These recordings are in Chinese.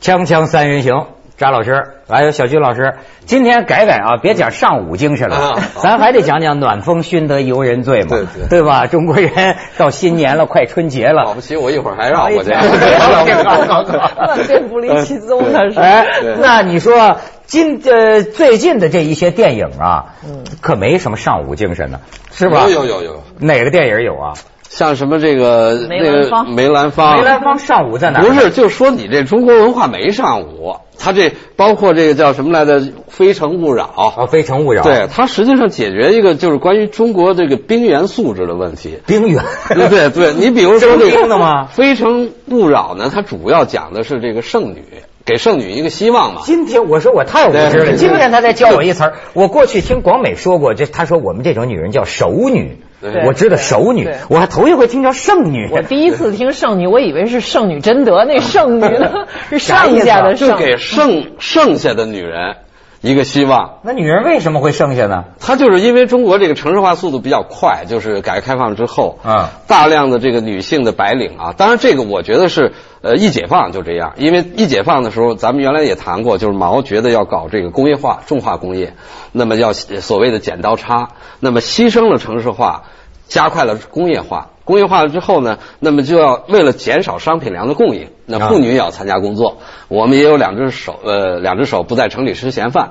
锵锵三人行，张老师还有小军老师，今天改改啊，别讲上五经去了，啊咱还得讲讲暖风熏得游人醉嘛，对对吧？中国人到新年了，快春节保了，不齐我一会儿还让我这样。 那这不离其宗他是。哎对，那你说今呃最近的这一些电影啊，可没什么上午精神呢，是吧？有有有有，哪个电影有啊？像什么这个梅那兰个芳梅兰芳，梅兰芳上午在哪儿？啊不是，就是说你这中国文化没上午，他这包括这个叫什么来着，《非诚勿扰哦，《非诚勿扰》》，对，它实际上解决一个就是关于中国这个兵员素质的问题。冰 原，对对对，你比如说这征兵个的吗非诚勿扰》呢，它主要讲的是这个剩女，给剩女一个希望嘛。今天我说我太无对知对了，对今天他才教我一词儿。我过去听广美说过，这他说我们这种女人叫熟女对，我知道熟女对，我还头一回听叫剩 女。我第一次听剩女，我以为是剩女贞德，那剩女 呢是剩下的啊就剩。给剩剩下的女人一个希望。那女人为什么会剩下呢？它就是因为中国这个城市化速度比较快，就是改革开放之后，啊，大量的这个女性的白领啊，当然这个我觉得是呃一解放就这样，因为一解放的时候，咱们原来也谈过，就是毛觉得要搞这个工业化、重化工业，那么要所谓的剪刀差，那么牺牲了城市化，加快了工业化。工业化了之后呢，那么就要为了减少商品粮的供应，那妇女也要参加工作。我们也有两只手，呃，两只手不在城里吃闲饭，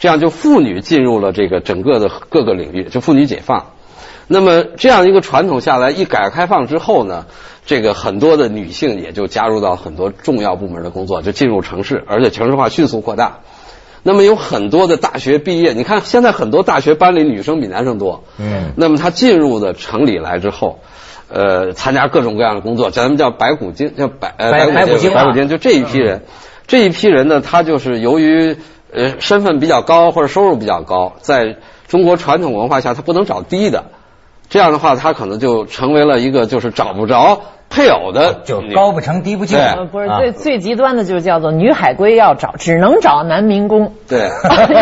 这样就妇女进入了这个整个的各个领域，就妇女解放。那么这样一个传统下来，一改革开放之后呢，这个很多的女性也就加入到很多重要部门的工作，就进入城市，而且城市化迅速扩大。那么有很多的大学毕业，你看现在很多大学班里女生比男生多，嗯那么她进入的城里来之后，呃，参加各种各样的工作，咱们叫白骨精，叫白呃白白白骨精啊嗯白骨精，就这一批人，这一批人呢，他就是由于呃身份比较高或者收入比较高，在中国传统文化下，他不能找低的，这样的话，他可能就成为了一个就是找不着配偶的啊就女高不成低不就。对呃，不是啊最最极端的，就叫做女海归要找，只能找男民工， 对。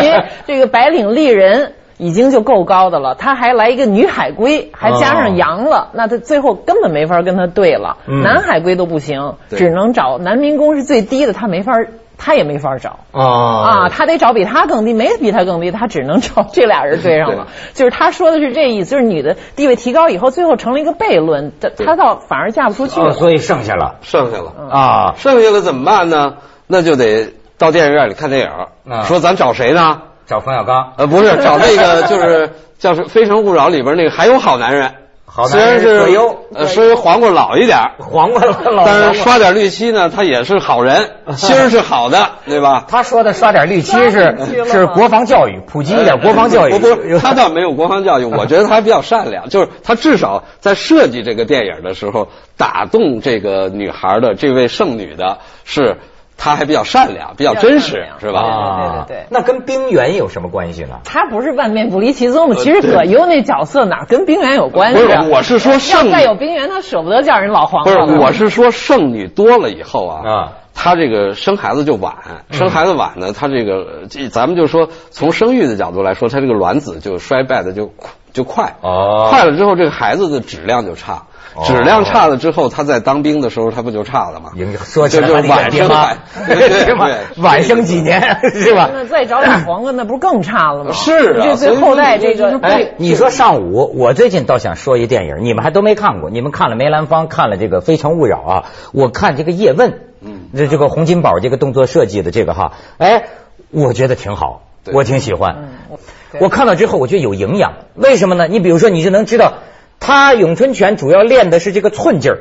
因为这个白领丽人已经就够高的了，他还来一个女海归，还加哦上洋了，那他最后根本没法跟他对了。嗯男海归都不行，对只能找男民工是最低的，他没法，他也没法找。啊，哦啊，他得找比他更低，没比他更低，他只能找这俩人对上了。就是他说的是这意思，就是女的地位提高以后，最后成了一个悖论，她对啊她倒反而嫁不出去哦了。所以剩下了剩下嗯了，啊。剩下了怎么办呢？那就得到电影院里看电啊影。说咱找谁呢？找冯小刚，呃，不是找那个，就是叫是《非诚勿扰》里边那个还有好男人，好虽男人然是葛优呃，虽然黄瓜老一点儿，黄瓜老但黄瓜。是刷点绿漆呢，他也是 好人，心儿是好的，对吧？他说的刷点绿漆刷点绿漆是了是国防教育，普及一点国防 教育。呃不不，他倒没有国防教育，我觉得他还比较善良，就是他至少在设计这个电影的时候，打动这个女孩的这位剩女的是，他还比较善良，比较真比较善实，良是吧？啊，对对对对那跟冰原有什么关系呢？他不是万变不离其宗吗？其实葛优那角色哪跟冰原有关呃不系是啊？，我是说剩要女再有冰原，他舍不得叫人老黄不瓜是，了。我是说剩女多了以后啊，啊嗯她这个生孩子就晚，生孩子晚呢，她这个这咱们就说从生育的角度来说，她这个卵子就衰败的就就快，哦快了之后这个孩子的质量就差哦。质量差了之后，他在当兵的时候，他不就差了吗？影说起来就还得就晚 爹生妈 孩，对对是吧？对晚生几年是吧？那再找俩黄瓜，那不是更差了吗？是啊这所以对说后代这这就是个不哎，你说上午，我最近倒想说一电影，你们还都没看过，你们看了《梅兰芳》，看了这个《非诚勿扰》啊，我看这个叶问，嗯嗯，这这个洪金宝这个动作设计的这个哈，哎，我觉得挺好，对我挺喜嗯欢。对我看到之后，我觉得有营养，为什么呢？你比如说，你就能知道，他咏春拳主要练的是这个寸劲儿，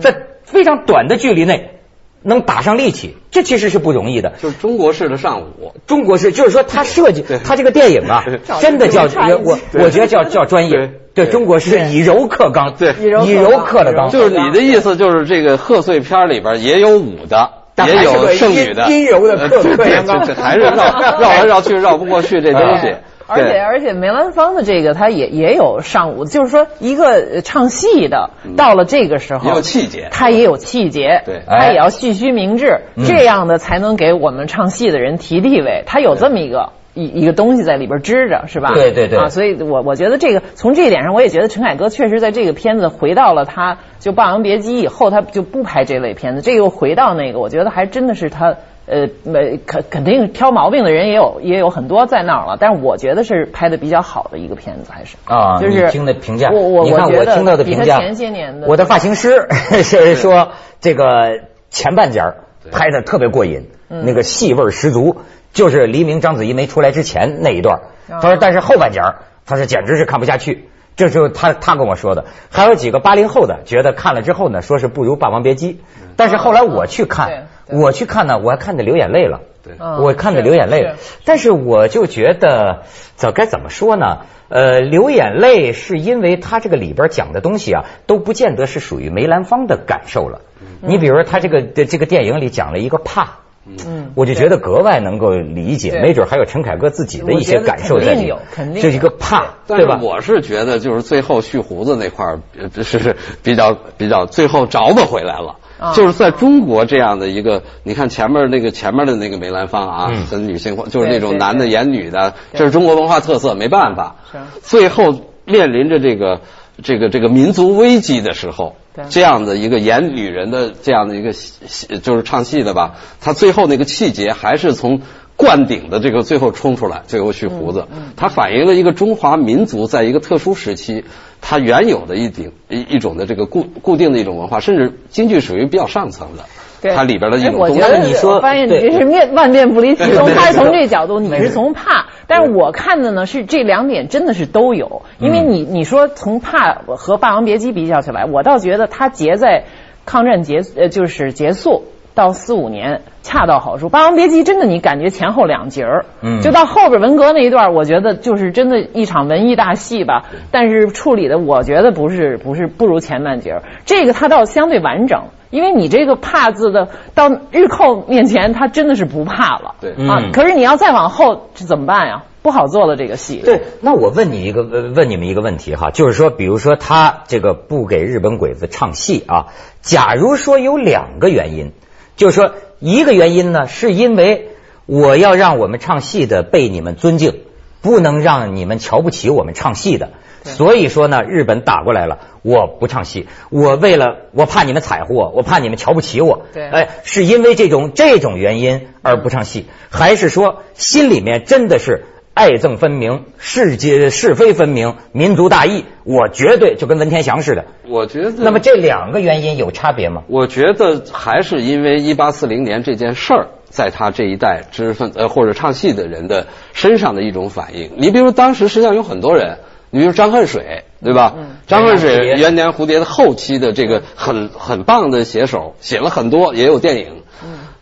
在非常短的距离内能打上力气，这其实是不容易的。就是中国式的上午，中国式，就是说他设计对他这个电影啊 对，真的叫找一个我对我觉得叫叫专业对。对对中国是以柔克刚，对以柔克了刚，就是你的意思，就是这个贺岁片里边也有武的，但也有还是个剩阴女的，阴柔的 呃克对克对阳刚这这还是 绕绕来绕去绕不过去这东西对。而且而且梅兰芳的这个他也也有上午，就是说一个呃唱戏的到了这个时候也有气节他也有气节，嗯对哎嗯他也要蓄须明志，这样的才能给我们唱戏的人提地位。他有这么一个一一个东西在里边支着，是吧？对对对啊，所以我我觉得这个从这一点上，我也觉得陈凯歌确实在这个片子回到了他就《霸王别姬》以后，他就不拍这类片子，这个又回到那个，我觉得还真的是他。呃，没肯肯定挑毛病的人也有也有很多在那儿了，但是我觉得是拍的比较好的一个片子，还是啊，就是你听的评价，我我你看觉我得听到的比评他价，前些年的我的发型 师是说这个前半截儿拍的特别过瘾，嗯那个戏味儿十足，就是黎明、章子怡没出来之前那一段儿。啊他说，但是后半截儿，他说简直是看不下去。这就是他他跟我说的，还有几个八零后的觉得看了之后呢，说是不如《霸王别姬》，但是后来我去看，嗯啊对对我去看呢，我还看得流眼泪了。对嗯我看的流眼泪，但是我就觉得怎该怎么说呢？呃，流眼泪是因为他这个里边讲的东西啊，都不见得是属于梅兰芳的感受了。你比如说，他这个这个电影里讲了一个怕，嗯，我就觉得格外能够理解，对没准还有陈凯歌自己的一些感受在我觉得肯定里有肯定，有就一个怕，但对是吧？我是觉得，就是最后蓄胡子那块儿，呃这是比较比较，最后着吧回来了啊。就是在中国这样的一个，你看前面那个前面的那个梅兰芳啊嗯，很女性化，就是那对对种男的对演女的，对这是中国文化特色，没办法是。最后面临着这个这个这个民族危机的时候对，这样的一个演女人的这样的一个戏戏就是唱戏的吧，他最后那个气节还是从灌顶的这个最后冲出来，最后蓄胡嗯子，它反映了一个中华民族在一个特殊时期它原有的一顶一一种的这个固固定的一种文化，甚至京剧属于比较上层的，对它里边的一哎种我东觉西。得你说我发现你对这是面万变不离其 宗对，对他是从对这角度，你是从怕，但是我看的呢是这两点真的是都有，嗯因为你你说从怕和《霸王别姬》比较起来，我倒觉得它结在抗战结呃就是结束。到四五年恰到好处，《霸王别姬》真的你感觉前后两截儿，嗯就到后边文革那一段，我觉得就是真的一场文艺大戏吧。但是处理的我觉得不是不是不如前半截儿，这个它倒相对完整，因为你这个怕字的到日寇面前，他真的是不怕了。对啊嗯，可是你要再往后这怎么办呀？不好做了这个戏。对，那我问你一个呃问你们一个问题哈，就是说，比如说他这个不给日本鬼子唱戏啊，假如说有两个原因，就是说一个原因呢，是因为我要让我们唱戏的被你们尊敬，不能让你们瞧不起我们唱戏的。所以说呢，日本打过来了，我不唱戏，我为了我怕你们踩乎我，我怕你们瞧不起我，对哎，是因为这种这种原因而不唱戏，还是说心里面真的是爱憎分明、世界是非分明、民族大义？我绝对就跟文天祥似的。我觉得那么这两个原因有差别吗？我觉得还是因为一八四零年这件事儿，在他这一代知识分呃或者唱戏的人的身上的一种反应。你比如当时实际上有很多人，你比如张恨水，对吧？张恨元水年蝴蝶元年蝴蝶的后期的这个很很棒的写手，写了很多，也有电影。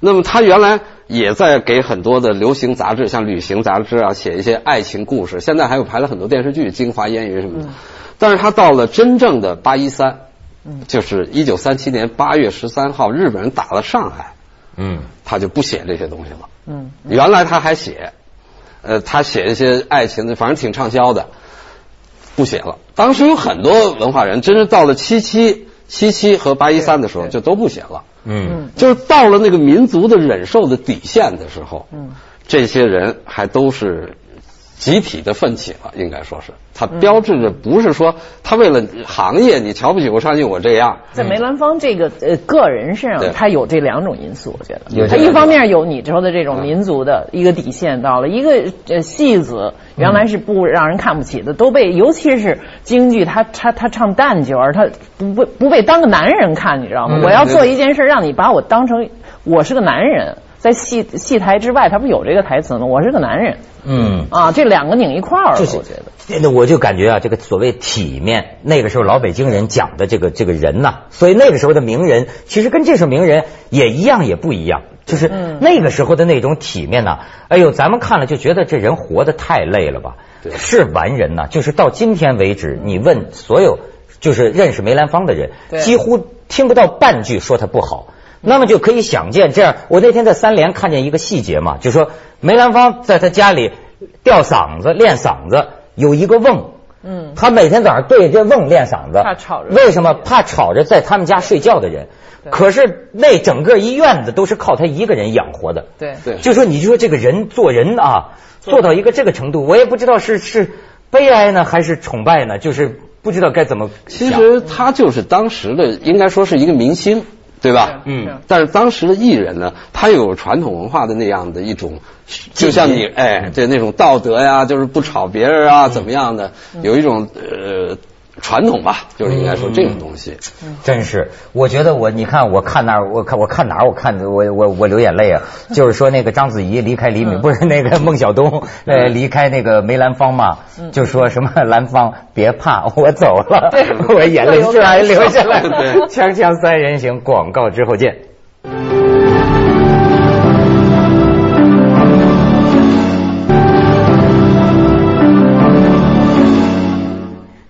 那么他原来也在给很多的流行杂志，像旅行杂志啊，写一些爱情故事。现在还有拍了很多电视剧，《京华烟云》什么的。但是他到了真正的八一三，就是一九三七年八月十三号，日本人打了上海，嗯，他就不写这些东西了。嗯，原来他还写，呃，他写一些爱情的，反正挺畅销的，不写了。当时有很多文化人，真是到了七七、七七和八一三的时候，就都不写了。嗯就是到了那个民族的忍受的底线的时候，嗯，这些人还都是集体的奋起了，应该说是，它标志着不是说他为了行业你瞧不起我上去我这样，嗯在梅兰芳这个呃个人身对上，他有这两种因素，我觉有这得他两种一方面有你说的这种民族的一个底线到了，一个呃戏子原来是不让人看不起的，都被尤其是京剧，他他他唱嗯旦角儿，他不不不被当个男人看，你知道吗？我要做一件事，让你把我当成我是个男人，在戏戏台之外，他不有这个台词吗？我是个男人嗯，啊，这两个拧一块儿了，就是我觉得。那我就感觉啊，这个所谓体面，那个时候老北京人讲的这个这个人呐、所以那个时候的名人，其实跟这时候名人也一样，也不一样。就是那个时候的那种体面呐、哎呦，咱们看了就觉得这人活得太累了吧？对是完人呐、就是到今天为止，你问所有就是认识梅兰芳的人，对几乎听不到半句说他不好。那么就可以想见，这样我那天在三联看见一个细节嘛，就说梅兰芳在他家里吊嗓子练嗓子，有一个瓮，嗯他每天早上对着瓮练嗓子，怕吵着为什么怕吵着在他们家睡觉的人？对可是那整个医院子都是靠他一个人养活的。对对就说你就说这个人做人啊，做到一个这个程度，我也不知道是是悲哀呢还是崇拜呢，就是不知道该怎么其想。实他就是当时的，应该说是一个明星，对吧？嗯是但是当时的艺人呢，他有传统文化的那样的一种，就像你哎，对那种道德呀，就是不吵别人啊，怎么样的，有一种呃传统吧，就是应该说这种东西。真是，我觉得我你看我看哪儿我看我看哪儿我看我我我流眼泪啊！就是说那个章子怡离开李敏，不是那个孟小冬呃离开那个梅兰芳嘛，就说什么兰芳别怕我走了， 我眼泪自然流下来。对 锵锵三人行广告之后见。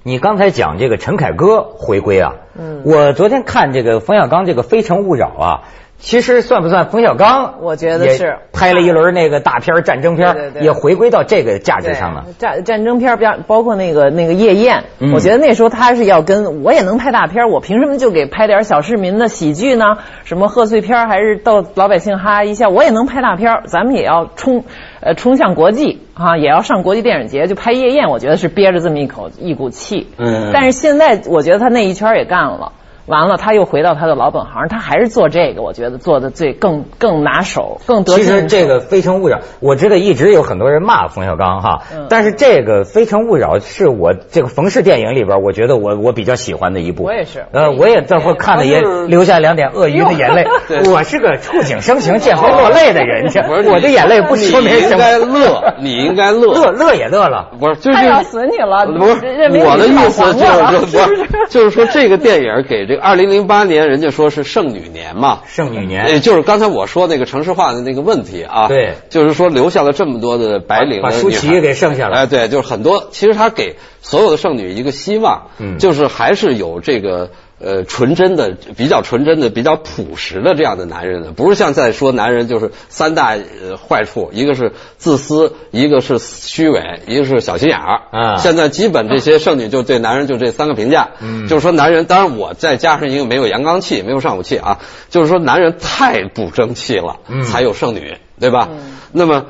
你刚才讲这个陈凯歌回归啊，嗯我昨天看这个冯小刚这个《非诚勿扰》啊，其实算不算冯小刚？我觉得是拍了一轮那个大片儿战争片儿，对对对也回归到这个价值对，上了。战战争片儿，包包括那个那个夜宴，嗯我觉得那时候他是要跟我也能拍大片儿，我凭什么就给拍点小市民的喜剧呢？什么贺岁片儿还是逗老百姓哈一下，我也能拍大片儿，咱们也要冲呃冲向国际啊，也要上国际电影节，就拍夜宴，我觉得是憋着这么一口一股气。嗯但是现在我觉得他那一圈儿也干了。完了，他又回到他的老本行，他还是做这个，我觉得做的最更更拿手，更得其心应实手。这个《非诚勿扰》，我知道一直有很多人骂冯小刚哈，嗯但是这个《非诚勿扰》是我这个冯氏电影里边，我觉得我我比较喜欢的一部。我也哎是呃，我也在后看的也他就是流下两点鳄鱼的 眼泪哎呦。我是个触景生情、见风落泪的人，这不是你我的眼泪不说明你什应么。该 乐，你应该 乐乐，乐也乐了。不是就是他要损你了不是这这没我的意思就是说，你是老黄瓜了不是就是说这个电影给这个二零零八年，人家说是剩女年嘛，剩女也年，呃就是刚才我说那个城市化的那个问题啊，对就是说留下了这么多的白领的把女孩舒淇给剩下哎，了。对，就是很多，其实他给所有的剩女一个希望，嗯就是还是有这个呃纯真的、比较纯真的、比较朴实的这样的男人的，不是像在说男人就是三大呃坏处，一个是自私，一个是虚伪，一个是小心眼儿。啊现在基本这些剩女就对男人就这三个评价，嗯就是说男人，当然我再加上一个没有阳刚气、没有上武气啊，就是说男人太不争气了，嗯才有剩女，对吧？嗯那么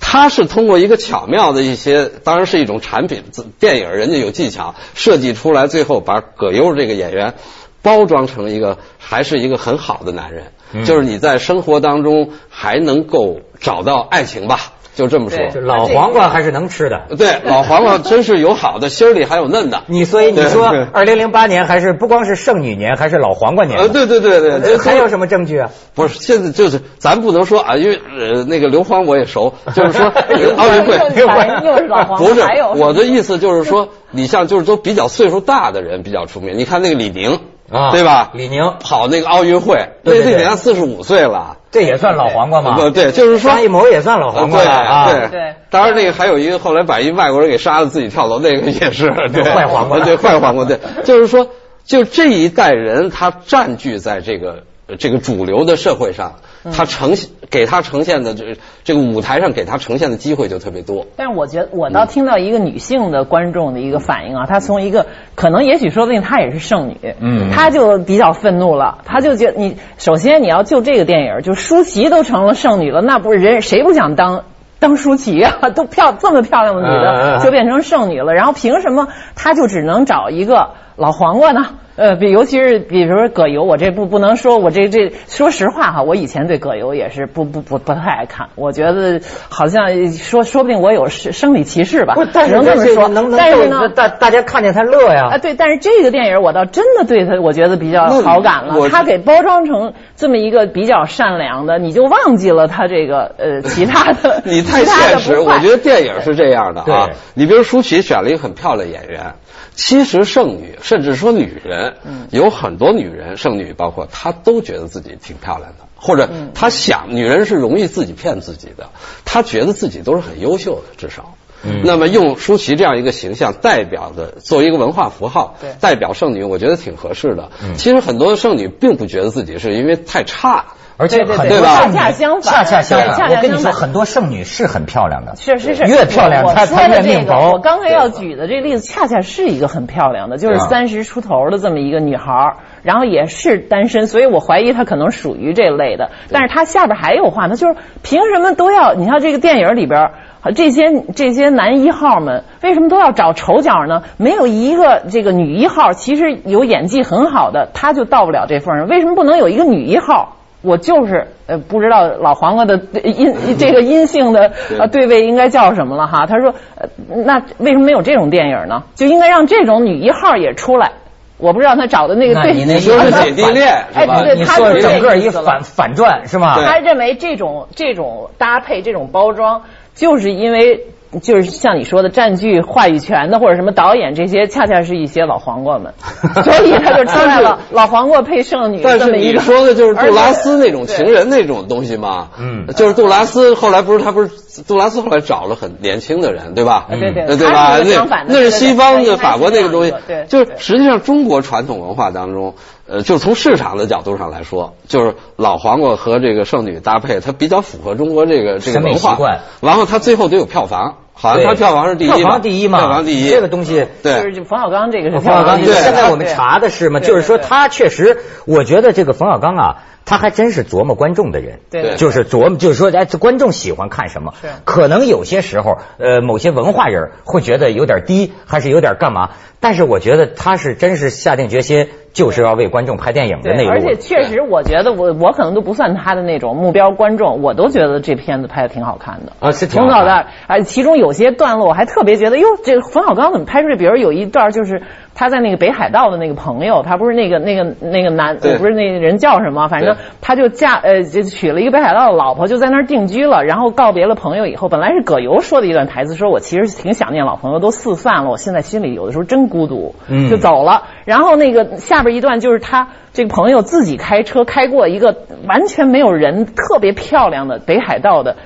它是通过一个巧妙的一些，当然是一种产品，自电影人家有技巧设计出来，最后把葛优这个演员包装成一个还是一个很好的男人，嗯就是你在生活当中还能够找到爱情吧，就这么说。对呃老黄瓜还是能吃的。 对，老黄瓜真是有好的，心儿里还有嫩的。你所以你说，对二零零八年还是不光是剩女年，还是老黄瓜年。呃，对对对对，这嗯还有什么证据啊？不是，现在就是咱不能说啊，因为呃那个刘欢我也熟，就 是说呃奥运会 又是老又是老黄瓜不是还有我的意思就是说，你像就是都比较岁数大的人比较出名，你看那个李宁啊对吧？李宁跑那个奥运会，那对对那对人家四十五岁了，这也算老黄瓜吗？不对，就是说张艺谋也算老黄瓜了啊。呃对对当然那个还有一个后来把一外国人给杀了，自己跳楼， 那个也是对坏黄瓜对坏黄瓜，对，就是说，就这一代人他占据在这个呃这个主流的社会上，嗯他呈现给他呈现的这这个舞台上给他呈现的机会就特别多。但是我觉得，我倒听到一个女性的观众的一个反应啊，她从一个可能也许说不定她也是剩女，嗯她就比较愤怒了，她就觉得你首先你要就这个电影，就舒淇都成了剩女了，那不是人谁不想当？当舒淇啊， 都漂这么漂亮的女嗯嗯的嗯就变成剩女了，然后凭什么她就只能找一个老黄瓜呢？呃，比尤其是比如说葛优，我这不不能说，我这这说实话哈，我以前对葛优也是不不不不太爱看，我觉得好像说说不定我有生生理歧视吧，不，但是能这么这说，能能但是逗呢。大大家看见他乐呀。啊，对，但是这个电影我倒真的对他，我觉得比较好感那我。了。他给包装成这么一个比较善良的，你就忘记了他这个呃其他的 你太其他现的实，不坏我觉得电影是这样的啊对。你比如舒淇选了一个很漂亮的演员，其实剩女甚至说女人，嗯有很多女人剩女，包括她都觉得自己挺漂亮的，或者嗯她想女人是容易自己骗自己的，她觉得自己都是很优秀的，至少。嗯那么用舒淇这样一个形象代表的，作为一个文化符号对，代表剩女，我觉得挺合适的嗯。其实很多剩女并不觉得自己是因为太差，而且对对很对多吧少女恰恰相恰反恰相对恰恰反。我跟你相说，反很多剩女是很漂亮的，确实是越漂亮我她我她说的越这个命薄。我刚才要举的这例子，恰恰是一个很漂亮的，就是对啊三十出头的这么一个女孩儿，然后也是单身，所以我怀疑她可能属于这类的。但是她下边还有话，她就是凭什么都要？你像这个电影里边儿。这些这些男一号们为什么都要找丑角呢？没有一个这个女一号，其实有演技很好的，她就到不了这份儿上。为什么不能有一个女一号？我就是呃不知道老黄瓜的呃阴这个阴性的呃对位应该叫什么了哈。他说、呃那为什么没有这种电影呢？就应该让这种女一号也出来。我不知道他找的那个那对，你那说是姐弟恋哎是吧？对你她说就是是整个这一意思了反反转是吗？对他认为这种这种搭配、这种包装，就是因为就是像你说的占据话语权的或者什么导演这些，恰恰是一些老黄 瓜们，所以他就出来了老黄瓜配剩女但这是么一你个。说的就是 而且杜拉斯那种对情人那种东西嘛，呃嗯就是杜拉斯后来不是他不是杜拉斯后来找了很年轻的人，对吧？啊对对呃对对吧？他是那相反的那是对对西方的对法国那个东西他应该是这样一个对，就是对实际上中国传统文化当中，呃，就是从市场的角度上来说，呃就是老黄瓜和这个剩女搭配，它比较符合中国这个这个审美文化习惯然后它最后得有票房，好像它对票房是第一吧，票房第一嘛，票房第一，这个东西。对就是就冯小刚这个是冯小刚，对现在我们查的是嘛，对就是说对对他确实，我觉得这个冯小刚啊，他还真是琢磨观众的人，对对就是琢磨，就是说，哎，这观众喜欢看什么是，可能有些时候，呃，某些文化人会觉得有点低，还是有点干嘛，但是我觉得他是真是下定决心，就是要为观众拍电影的那对，一路。而且确实，我觉得我我可能都不算他的那种目标观众，我都觉得这片子拍的挺好看的。啊，是挺从好小看到大，哎，其中有些段落我还特别觉得，哟，这冯小刚怎么拍出来？比如有一段就是他在那个北海道的那个朋友，他不是那个那个那个男，对呃不是那个人叫什么，反正对他就嫁呃就娶了一个北海道的老婆，就在那儿定居了。然后告别了朋友以后，本来是葛优说的一段台词，说我其实挺想念老朋友，都四散了，我现在心里有的时候真孤独，嗯就走了。然后那个下边一段就是他这个朋友自己开车开过一个完全没有人、特别漂亮的北海道的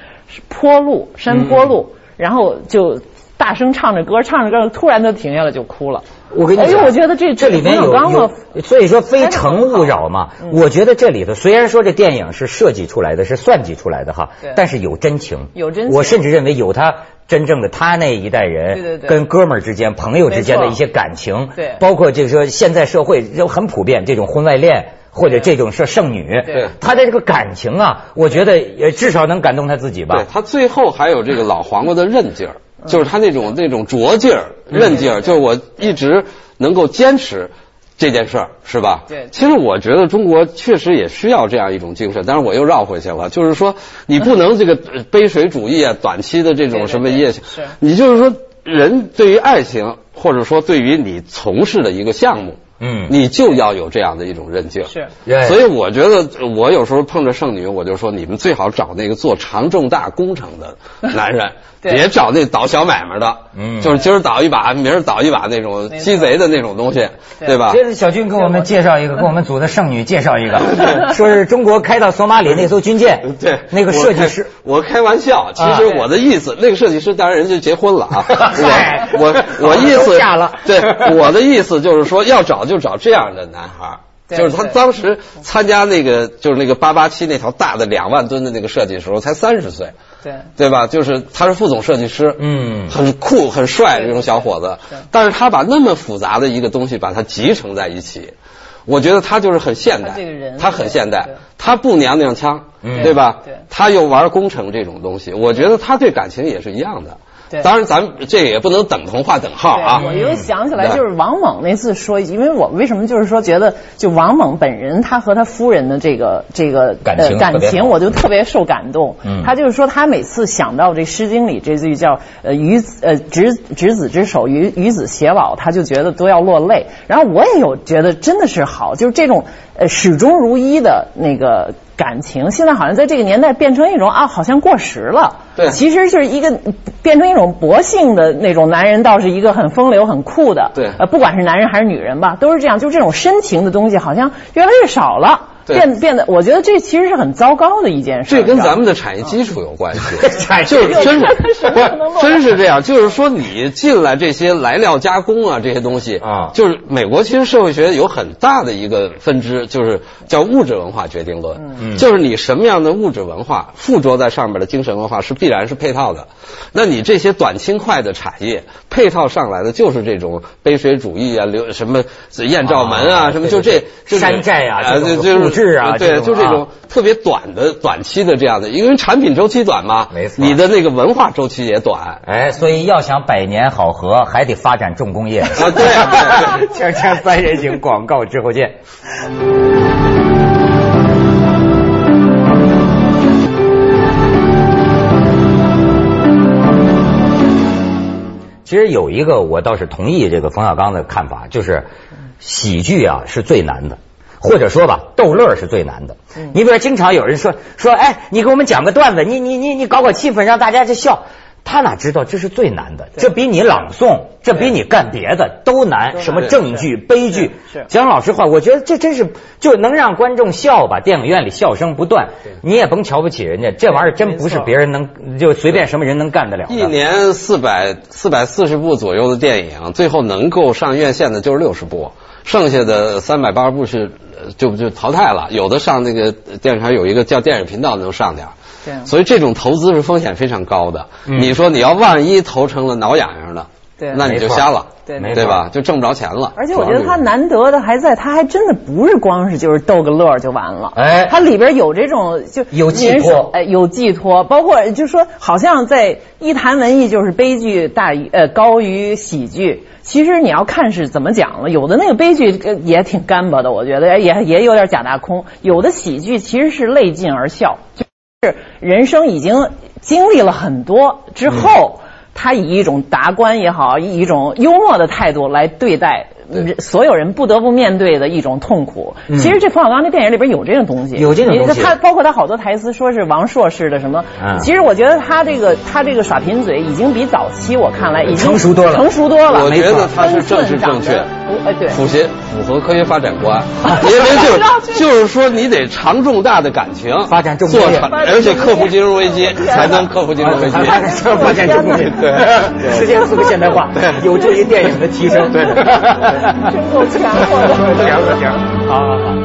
坡路山坡路，然后就大声唱着歌，唱着歌，突然就停下来就哭了。我跟你讲，哎呦我觉得这这里面有冯小刚啊有，所以说非诚勿扰嘛。嗯我觉得这里头虽然说这电影是设计出来的，是算计出来的哈对，但是有真情，有真情我甚至认为有他真正的他那一代人，对对对跟哥们儿之间、朋友之间的一些感情，对包括这个说现在社会就很普遍这种婚外恋。或者这种是剩女，对他的这个感情啊，我觉得也至少能感动他自己吧对。他最后还有这个老黄瓜的韧劲儿，嗯就是他那种那种拙劲儿、韧劲儿，就是我一直能够坚持。这件事儿是吧？对其实我觉得中国确实也需要这样一种精神，但是我又绕回去了，就是说你不能这个 呃杯水主义啊，短期的这对种对什么对业，情，是你就是说人对于爱情，或者说对于你从事的一个项目，嗯你就要有这样的一种韧劲儿。是对所以我觉得我有时候碰着剩女，我就说你们最好找那个做长重大工程的男人， 对别找那倒小买卖的，嗯就是今儿倒一把，明儿倒一把那种没错鸡贼的那种东西，对对吧？接着小军给我们介绍一嗯个，给我们组的剩女介绍一 个，说是中国开到索马里那艘军舰，对，那个设计师，啊我开，我开玩笑，其实我的意思，那个设计师当然人家结婚了 啊。嗨我 我我意哎都思嫁了对，我的意思就是说，要找就找这样的男孩儿。对就是他对当时参加那个，就是那个八八七那条大的两万吨的那个设计的时候，才三十岁，对，对吧？就是他是副总设计师，嗯很酷很帅这种小伙子对对对，但是他把那么复杂的一个东西把它集成在一起，我觉得他就是很现代，他这个人他很现代对，他不娘娘腔，嗯对吧？对他又玩工程这种东西，我觉得他对感情也是一样的。对当然咱们这也不能等同划等号啊对，。我又想起来，嗯就是王猛那次说，因为我为什么就是说觉得，就王猛本人他和他夫人的这个这个呃感情特感别好情，我就特别受感动。嗯他就是说，他每次想到这《诗经》里这句叫“呃与子呃执执子之手，与与子偕老”，他就觉得都要落泪。然后我也有觉得真的是好，就是这种呃始终如一的那个感情，现在好像在这个年代变成一种啊，好像过时了。对其实就是一个变成一种薄幸的那种男人，倒是一个很风流、很酷的。对呃，不管是男人还是女人吧，都是这样，就这种深情的东西好像越来越少了。对变变得，我觉得这其实是很糟糕的一件事。这跟咱们们的产业基础有关系。产 就业是真是什不么都是能弄真是这样，就是说你进来这些来料加工啊这些东西啊就是美国其实社会学有很大的一个分支，就是叫物质文化决定论，嗯就是你什么样的物质文化附着在上面的精神文化是必然是配套的，那你这些短轻快的产业配套上来的就是这种杯水主义啊，流什么艳照门啊，啊什么对就对对这就这呃山寨啊这种就就是复制啊这对，种就这啊种。特别短的、短期的这样的，因为产品周期短嘛，没错你的那个文化周期也短。哎，所以要想百年好合，还得发展重工业。啊 对对锵锵三人行广告之后见。其实有一个我倒是同意这个冯小刚的看法，就是喜剧啊是最难的，或者说吧逗乐儿是最难的。嗯你比如说，经常有人说说，哎，你给我们讲个段子，你你你你搞搞气氛，让大家就笑。他哪知道这是最难的，这比你朗诵，这比你干别的都难。难什么正剧、悲剧是是，讲老实话，我觉得这真是就能让观众笑吧，电影院里笑声不断。你也甭瞧不起人家，这玩意儿真不是没错别人能就随便什么人能干得了的。一年四百四百四十部左右的电影，最后能够上院线的就是六十部，剩下的三百八十部是呃就就淘汰了。有的上那个电视台有一个叫电影频道能上点儿对啊所以这种投资是风险非常高的。嗯你说你要万一投成了挠痒痒的，对啊那你就瞎了，对没错对吧？就挣不着钱了。而且我觉主要得是他难得的还在，他还真的不是光是就是逗个乐儿就完了，哎它里边有这种就有寄托人手哎，有寄托，包括就说好像在一谈文艺就是悲剧大于呃高于喜剧，其实你要看是怎么讲了，有的那个悲剧呃也挺干巴的，我觉得哎也也有点假大空，有的喜剧其实是泪尽而笑。就是人生已经经历了很多之嗯后，他以一种达观也好，以一种幽默的态度来对待对所有人不得不面对的一种痛苦。嗯其实这冯小刚那电影里边有这种东西，有这种东西你他包括他好多台词说是王朔式的什么，嗯其实我觉得他这个他这个耍贫嘴已经比早期我看来已经成熟多了成熟多了。我没觉错得他是政治分正寸长确得。不，哎对。符协符合科学发展 观，因为就是就是说你得长重大的感情，发展重工业做长，而且克服金融危机，才能啊 克服金融危机。发展车发展中国人，对实现四个现代化，有助于电影的提升。对，真够强迫的行行行，好好好。